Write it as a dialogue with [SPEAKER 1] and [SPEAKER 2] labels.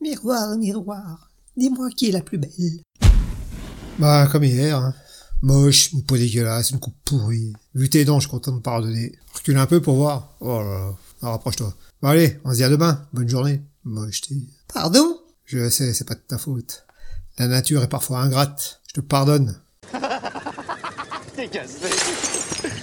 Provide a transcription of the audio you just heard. [SPEAKER 1] Miroir, miroir, dis-moi qui est la plus belle.
[SPEAKER 2] Bah, comme hier. hein. Moche, une peau dégueulasse, une coupe pourrie. Vu tes dents, je suis content de pardonner. Recule un peu pour voir. Oh là là. Ah, rapproche-toi. Bon, allez, on se dit à demain. Bonne journée. Moche, t'es...
[SPEAKER 1] Pardon
[SPEAKER 2] Je sais, c'est pas de ta faute. La nature est parfois ingrate. Je te pardonne.
[SPEAKER 3] T'es cassé